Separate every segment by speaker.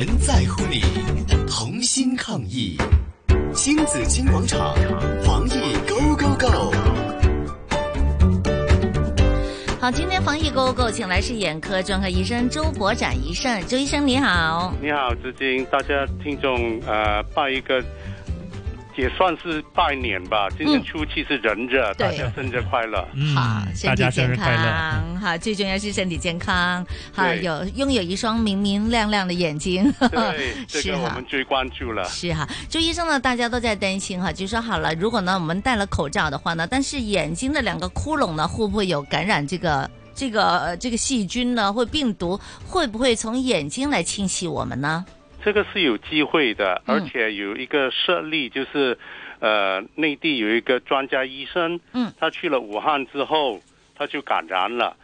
Speaker 1: 人在乎你，同心抗疫。星子金广场，防疫 Go Go Go！
Speaker 2: 好，今天防疫 Go Go，请来是眼科专科医生周博展医生，周医生你好。
Speaker 3: 你好，志金，大家听众呃，拜一个也算是拜年吧。今天
Speaker 2: 嗯
Speaker 3: 初七是人日，
Speaker 2: 对
Speaker 3: 大家生日快 乐。
Speaker 4: 嗯
Speaker 2: 好，
Speaker 4: 大
Speaker 2: 身体
Speaker 4: 家生
Speaker 2: 健
Speaker 4: 日快乐！
Speaker 2: 康，哈，最重要是身体健康，哈，
Speaker 3: 对
Speaker 2: 有拥有一双明明亮亮的眼睛，
Speaker 3: 对，这
Speaker 2: 是
Speaker 3: 个我
Speaker 2: 哈
Speaker 3: 们。最关注了。
Speaker 2: 是啊哈，周医生呢，大家都在担心哈，就说好了，如果呢我们戴了口罩的话呢，但是眼睛的两个窟窿呢，会不会有感染这个这个、呃这个细菌呢，或病毒会不会从眼睛来侵袭我们呢？
Speaker 3: 这个是有机会的，
Speaker 2: 嗯
Speaker 3: 而且有一个设立，就是呃，内地有一个专家医生，
Speaker 2: 嗯，
Speaker 3: 他去了武汉之后，他就感染了，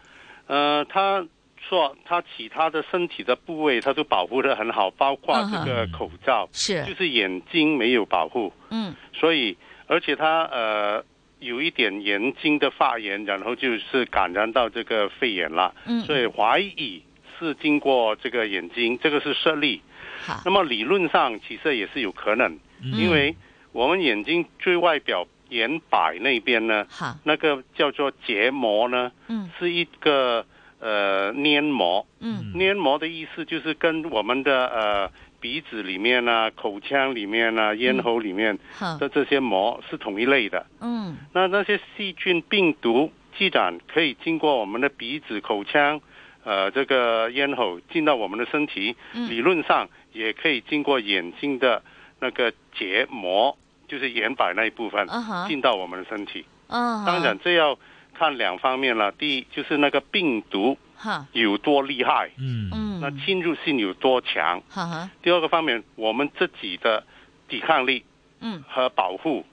Speaker 3: 呃，他。说他其他的身体的部位，他都保护得很好，包括
Speaker 2: 嗯哼，
Speaker 3: 这个口罩，就是是眼睛没有保护。
Speaker 2: 嗯，
Speaker 3: 所以而且他呃有一点眼睛的发炎，然后就是感染到这个肺炎了，
Speaker 2: 嗯
Speaker 3: 所以怀疑是经过这个眼睛，这个是设立。
Speaker 2: 好
Speaker 3: 那，么理论上其实也是有可能，
Speaker 2: 嗯
Speaker 3: 因为我们眼睛最外表眼白那边呢，
Speaker 2: 好，
Speaker 3: 那个叫做结膜呢，
Speaker 2: 嗯
Speaker 3: 是一个呃黏膜，
Speaker 2: 嗯
Speaker 3: 黏膜的意思就是跟我们的呃鼻子里面啊、口腔里面啊、咽喉里面
Speaker 2: 好，
Speaker 3: 的这些膜是同一类的。
Speaker 2: 嗯
Speaker 3: 那那些细菌、病毒既然可以经过我们的鼻子、口腔，呃，这个咽喉进到我们的身体，
Speaker 2: 嗯
Speaker 3: 理论上也可以经过眼睛的那个结膜，就是眼白那一部分
Speaker 2: 啊哈
Speaker 3: 进到我们的身体。
Speaker 2: 啊，
Speaker 3: 当然，这要看两方面了。第一，就是那个病毒
Speaker 2: 哈，
Speaker 3: 有多厉害，
Speaker 4: 嗯
Speaker 2: 嗯，
Speaker 3: 那侵入性有多强。
Speaker 2: 哈哈，
Speaker 3: 第二个方面，我们自己的抵抗力
Speaker 2: 嗯
Speaker 3: 和保护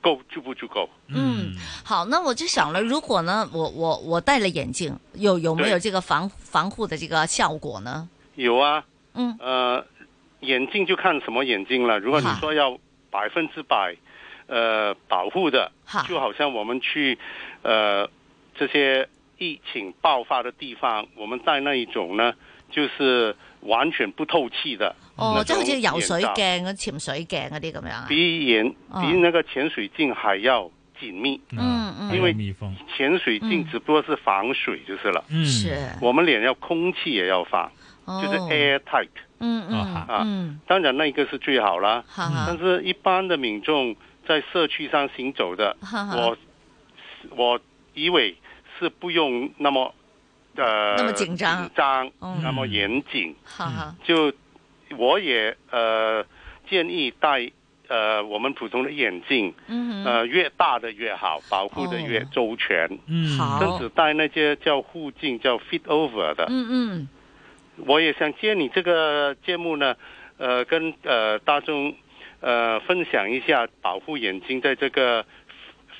Speaker 3: 够足不足够？
Speaker 2: 嗯，好，那我就想了，如果呢，我我我戴了眼镜，有有没有
Speaker 3: 对
Speaker 2: 这个防防护的这个效果呢？
Speaker 3: 有啊，
Speaker 2: 嗯
Speaker 3: 呃，眼镜就看什么眼镜了。如果你
Speaker 2: 好
Speaker 3: 说要百分之百，呃，保护的
Speaker 2: 好，
Speaker 3: 就好像我们去，呃，这些疫情爆发的地方，我们戴那一种呢，就是完全不透气的，
Speaker 2: 哦
Speaker 3: 那，
Speaker 2: 即係好似
Speaker 3: 種
Speaker 2: 游水
Speaker 3: 眼罩
Speaker 2: 鏡、嗰潛水鏡嗰啲咁樣啊。
Speaker 3: 比眼
Speaker 2: 哦
Speaker 3: 比那个潜水镜还要紧密。
Speaker 2: 嗯嗯
Speaker 4: 还有蜜蜂，
Speaker 3: 潜水镜
Speaker 2: 嗯
Speaker 3: 只不过是防水就是了，
Speaker 4: 嗯
Speaker 2: 是，
Speaker 3: 我们脸要空气也要防，
Speaker 2: 哦，
Speaker 3: 就是 air tight。
Speaker 2: 嗯嗯
Speaker 4: 啊
Speaker 3: 哈
Speaker 2: 嗯，
Speaker 3: 当然那个是最好啦，
Speaker 2: 哈哈
Speaker 3: 但是一般的民众在社区上行走的，
Speaker 2: 哈哈
Speaker 3: 我，我以为是不用那么呃
Speaker 2: 那么紧张
Speaker 3: 紧张
Speaker 2: 嗯
Speaker 3: 那么严谨，
Speaker 2: 哈哈，
Speaker 3: 就我也呃建议戴呃我们普通的眼镜，
Speaker 2: 嗯哼
Speaker 3: 呃越大的越好，保护的越
Speaker 2: 哦
Speaker 3: 周全。
Speaker 4: 嗯
Speaker 2: 好
Speaker 3: 甚至戴那些叫护镜、叫 fit over 的，
Speaker 2: 嗯嗯，
Speaker 3: 我也想借你这个节目呢，呃，跟呃大众呃分享一下保护眼睛在这个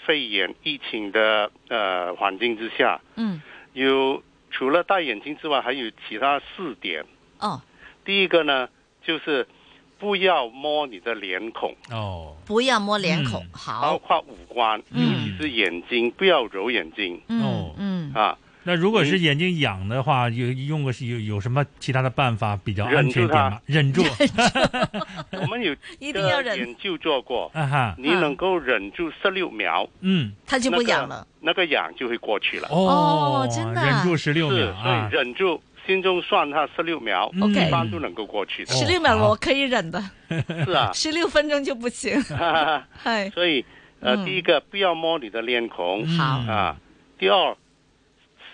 Speaker 3: 肺炎疫情的呃环境之下，
Speaker 2: 嗯
Speaker 3: 有除了戴眼镜之外，还有其他四点。
Speaker 2: 哦，
Speaker 3: 第一个呢，就是不要摸你的脸孔，
Speaker 4: 哦，
Speaker 2: 不要摸脸孔，
Speaker 4: 嗯
Speaker 3: 包
Speaker 2: 好，
Speaker 3: 括五官，尤
Speaker 2: 嗯
Speaker 3: 其是眼睛，不要揉眼睛
Speaker 2: 嗯
Speaker 4: 哦
Speaker 2: 嗯，
Speaker 3: 啊，
Speaker 4: 那如果是眼睛痒的话，有用过是有有什么其他的办法比较安全一点吗？忍住，
Speaker 3: 我们有
Speaker 2: 一定要
Speaker 3: 这个
Speaker 2: 忍，
Speaker 3: 研究做过，
Speaker 4: 啊哈，
Speaker 3: 你能够忍住十六秒。
Speaker 4: 嗯，
Speaker 2: 他就不痒了。
Speaker 3: 那个痒就会过去了。
Speaker 2: 哦真的啊
Speaker 4: 忍住十六
Speaker 3: 是
Speaker 4: 秒，
Speaker 3: 所以
Speaker 4: 啊，
Speaker 3: 忍住，心中算它十六秒，哦
Speaker 4: 嗯
Speaker 2: OK
Speaker 3: 一般都能够过去的。
Speaker 4: 哦
Speaker 2: 十六秒我可以忍的，，
Speaker 3: 是啊
Speaker 2: 十六分钟就不行。
Speaker 3: 哈哈哈
Speaker 2: 嗨，
Speaker 3: 所以呃，
Speaker 2: 嗯
Speaker 3: 第一个不要摸你的脸孔
Speaker 4: 嗯
Speaker 2: 好
Speaker 3: 啊，，第二，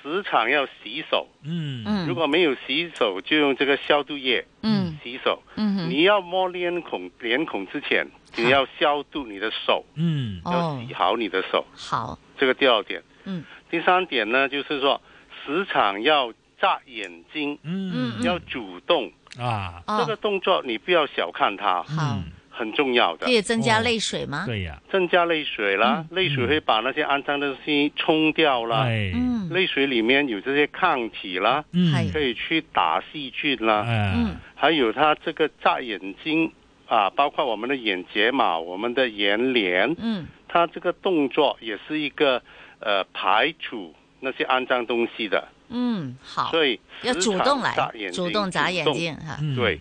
Speaker 3: 时常要洗手，
Speaker 4: 嗯
Speaker 2: 嗯，
Speaker 3: 如果没有洗手，就用这个消毒液
Speaker 2: 嗯
Speaker 3: 洗手。
Speaker 2: 嗯哼
Speaker 3: 你要摸脸孔，脸孔之前你要消毒你的手，
Speaker 4: 嗯
Speaker 2: 哦
Speaker 3: 要洗好你的手，
Speaker 2: 好，
Speaker 3: 这个第二点。
Speaker 2: 嗯
Speaker 3: 第三点呢，就是说时常要眨眼睛，
Speaker 4: 嗯
Speaker 3: 要主动。
Speaker 4: 啊，
Speaker 2: 哦
Speaker 3: 这个动作你不要小看它，
Speaker 2: 好，
Speaker 4: 嗯
Speaker 3: 很重要的
Speaker 2: 可。以增加
Speaker 4: 哦
Speaker 2: 泪水吗？
Speaker 4: 对呀，
Speaker 3: 增加泪水啦，泪水会把那些肮脏的东西冲掉啦，
Speaker 4: 哎，
Speaker 2: 嗯
Speaker 3: 泪水里面有这些抗体啦，
Speaker 4: 嗯
Speaker 3: 可，以啊去打细菌啦。
Speaker 4: 哎
Speaker 2: 嗯，
Speaker 3: 还有它这个眨眼睛啊，包括我们的眼睫毛、我们的眼帘，
Speaker 2: 嗯
Speaker 3: 它这个动作也是一个呃排除那些肮脏东西的。
Speaker 2: 嗯，好，
Speaker 3: 所以
Speaker 2: 要主动
Speaker 3: 时常眨
Speaker 2: 来
Speaker 3: 眼，睛
Speaker 2: 主动眨眼。睛哈。
Speaker 4: 嗯
Speaker 3: 对，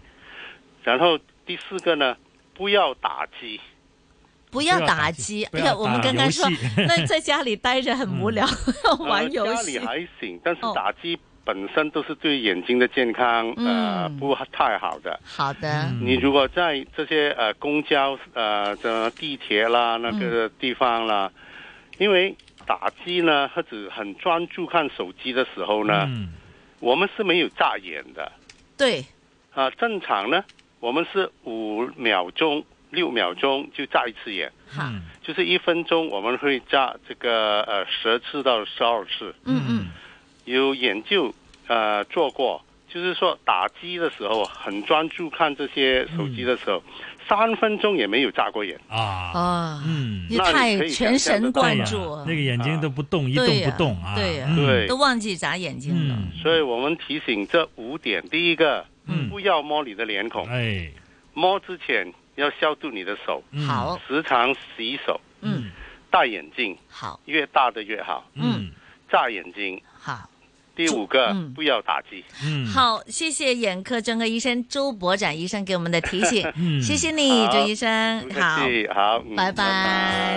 Speaker 3: 然后第四个呢，不要打机。
Speaker 2: 不
Speaker 4: 要
Speaker 2: 要打
Speaker 4: 打
Speaker 2: 机
Speaker 4: 机，
Speaker 2: 哎
Speaker 4: 不
Speaker 2: 呀，
Speaker 4: 要
Speaker 2: 我们
Speaker 4: 打
Speaker 2: 刚刚
Speaker 4: 游
Speaker 2: 说
Speaker 4: 戏 嗯
Speaker 2: 那在家里待着很无聊，
Speaker 3: 呃
Speaker 2: 玩游
Speaker 3: 家
Speaker 2: 戏
Speaker 3: 里。还行，但是
Speaker 2: 哦
Speaker 3: 打机本身都是对眼睛的健康、呃
Speaker 2: 嗯
Speaker 3: 不太好的。
Speaker 2: 好的，
Speaker 4: 嗯
Speaker 3: 你如果在这些呃公交呃的地铁啦那
Speaker 2: 嗯
Speaker 3: 个地方啦，因为打机呢或者很专注看手机的时候呢，
Speaker 4: 嗯
Speaker 3: 我们是没有眨眼的
Speaker 2: 对，
Speaker 3: 啊、正常呢，我们是五秒钟、六秒钟就眨一次眼，
Speaker 2: 好，
Speaker 4: 嗯
Speaker 3: 就是一分钟我们会眨这个呃十次到十二次。
Speaker 2: 嗯嗯，
Speaker 3: 有研究呃做过，就是说打机的时候很专注看这些手机的时候，三分钟也没有眨过眼。
Speaker 4: 啊，
Speaker 2: 哦，
Speaker 4: 嗯，
Speaker 2: 你
Speaker 3: 那你可
Speaker 2: 太
Speaker 3: 以
Speaker 2: 全
Speaker 3: 想象
Speaker 2: 神
Speaker 3: 得到
Speaker 4: 对
Speaker 2: 贯
Speaker 4: 呀
Speaker 2: 注了，
Speaker 4: 那个眼睛都不动，一
Speaker 2: 对
Speaker 4: 动
Speaker 2: 呀
Speaker 4: 不动啊，
Speaker 2: 对呀
Speaker 4: 嗯
Speaker 3: 啊对
Speaker 2: 都忘记眨眼睛了。
Speaker 4: 嗯
Speaker 3: 所以我们提醒这五点：第一个，
Speaker 4: 嗯
Speaker 3: 不要摸你的脸孔，
Speaker 4: 哎，
Speaker 3: 摸之前要消毒你的手，
Speaker 4: 嗯，
Speaker 2: 好，
Speaker 3: 时常洗手，
Speaker 2: 嗯，
Speaker 3: 戴眼镜，
Speaker 2: 好，
Speaker 3: 越大的越好，
Speaker 4: 嗯
Speaker 3: 眨眼睛。
Speaker 2: 好，
Speaker 3: 第五个，
Speaker 2: 嗯
Speaker 3: 不要打击。
Speaker 4: 嗯，
Speaker 2: 好，谢谢眼科专科医生周博展医生给我们的提醒，
Speaker 4: 嗯
Speaker 2: 谢谢你，
Speaker 3: 好
Speaker 2: 周医生
Speaker 3: 不，客
Speaker 2: 好，
Speaker 3: 气，好，嗯
Speaker 2: 拜拜。